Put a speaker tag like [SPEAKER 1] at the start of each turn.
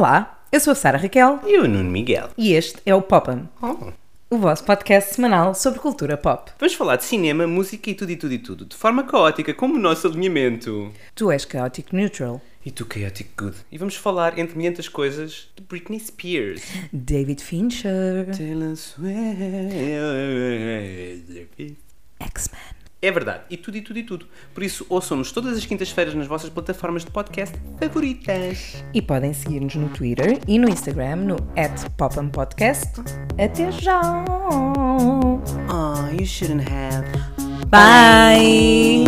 [SPEAKER 1] Olá, eu sou a Sara Raquel
[SPEAKER 2] E o Nuno Miguel.
[SPEAKER 1] e este é o Popam,
[SPEAKER 2] Oh.
[SPEAKER 1] o vosso podcast semanal sobre cultura pop.
[SPEAKER 2] Vamos falar de cinema, música e tudo e tudo e tudo, de forma caótica, como o nosso alinhamento.
[SPEAKER 1] Tu és chaotic neutral,
[SPEAKER 2] E tu, Chaotic Good. E vamos falar, entre milhentas coisas, de Britney Spears.
[SPEAKER 1] David Fincher,
[SPEAKER 2] Taylor Swift.
[SPEAKER 1] X-Men.
[SPEAKER 2] É verdade, e tudo e tudo e tudo. Por isso, ouçam-nos todas as quintas-feiras nas vossas plataformas de podcast favoritas.
[SPEAKER 1] E podem seguir-nos no Twitter e no Instagram no @popampodcast. Até já!
[SPEAKER 2] Oh, you shouldn't have.
[SPEAKER 1] Bye.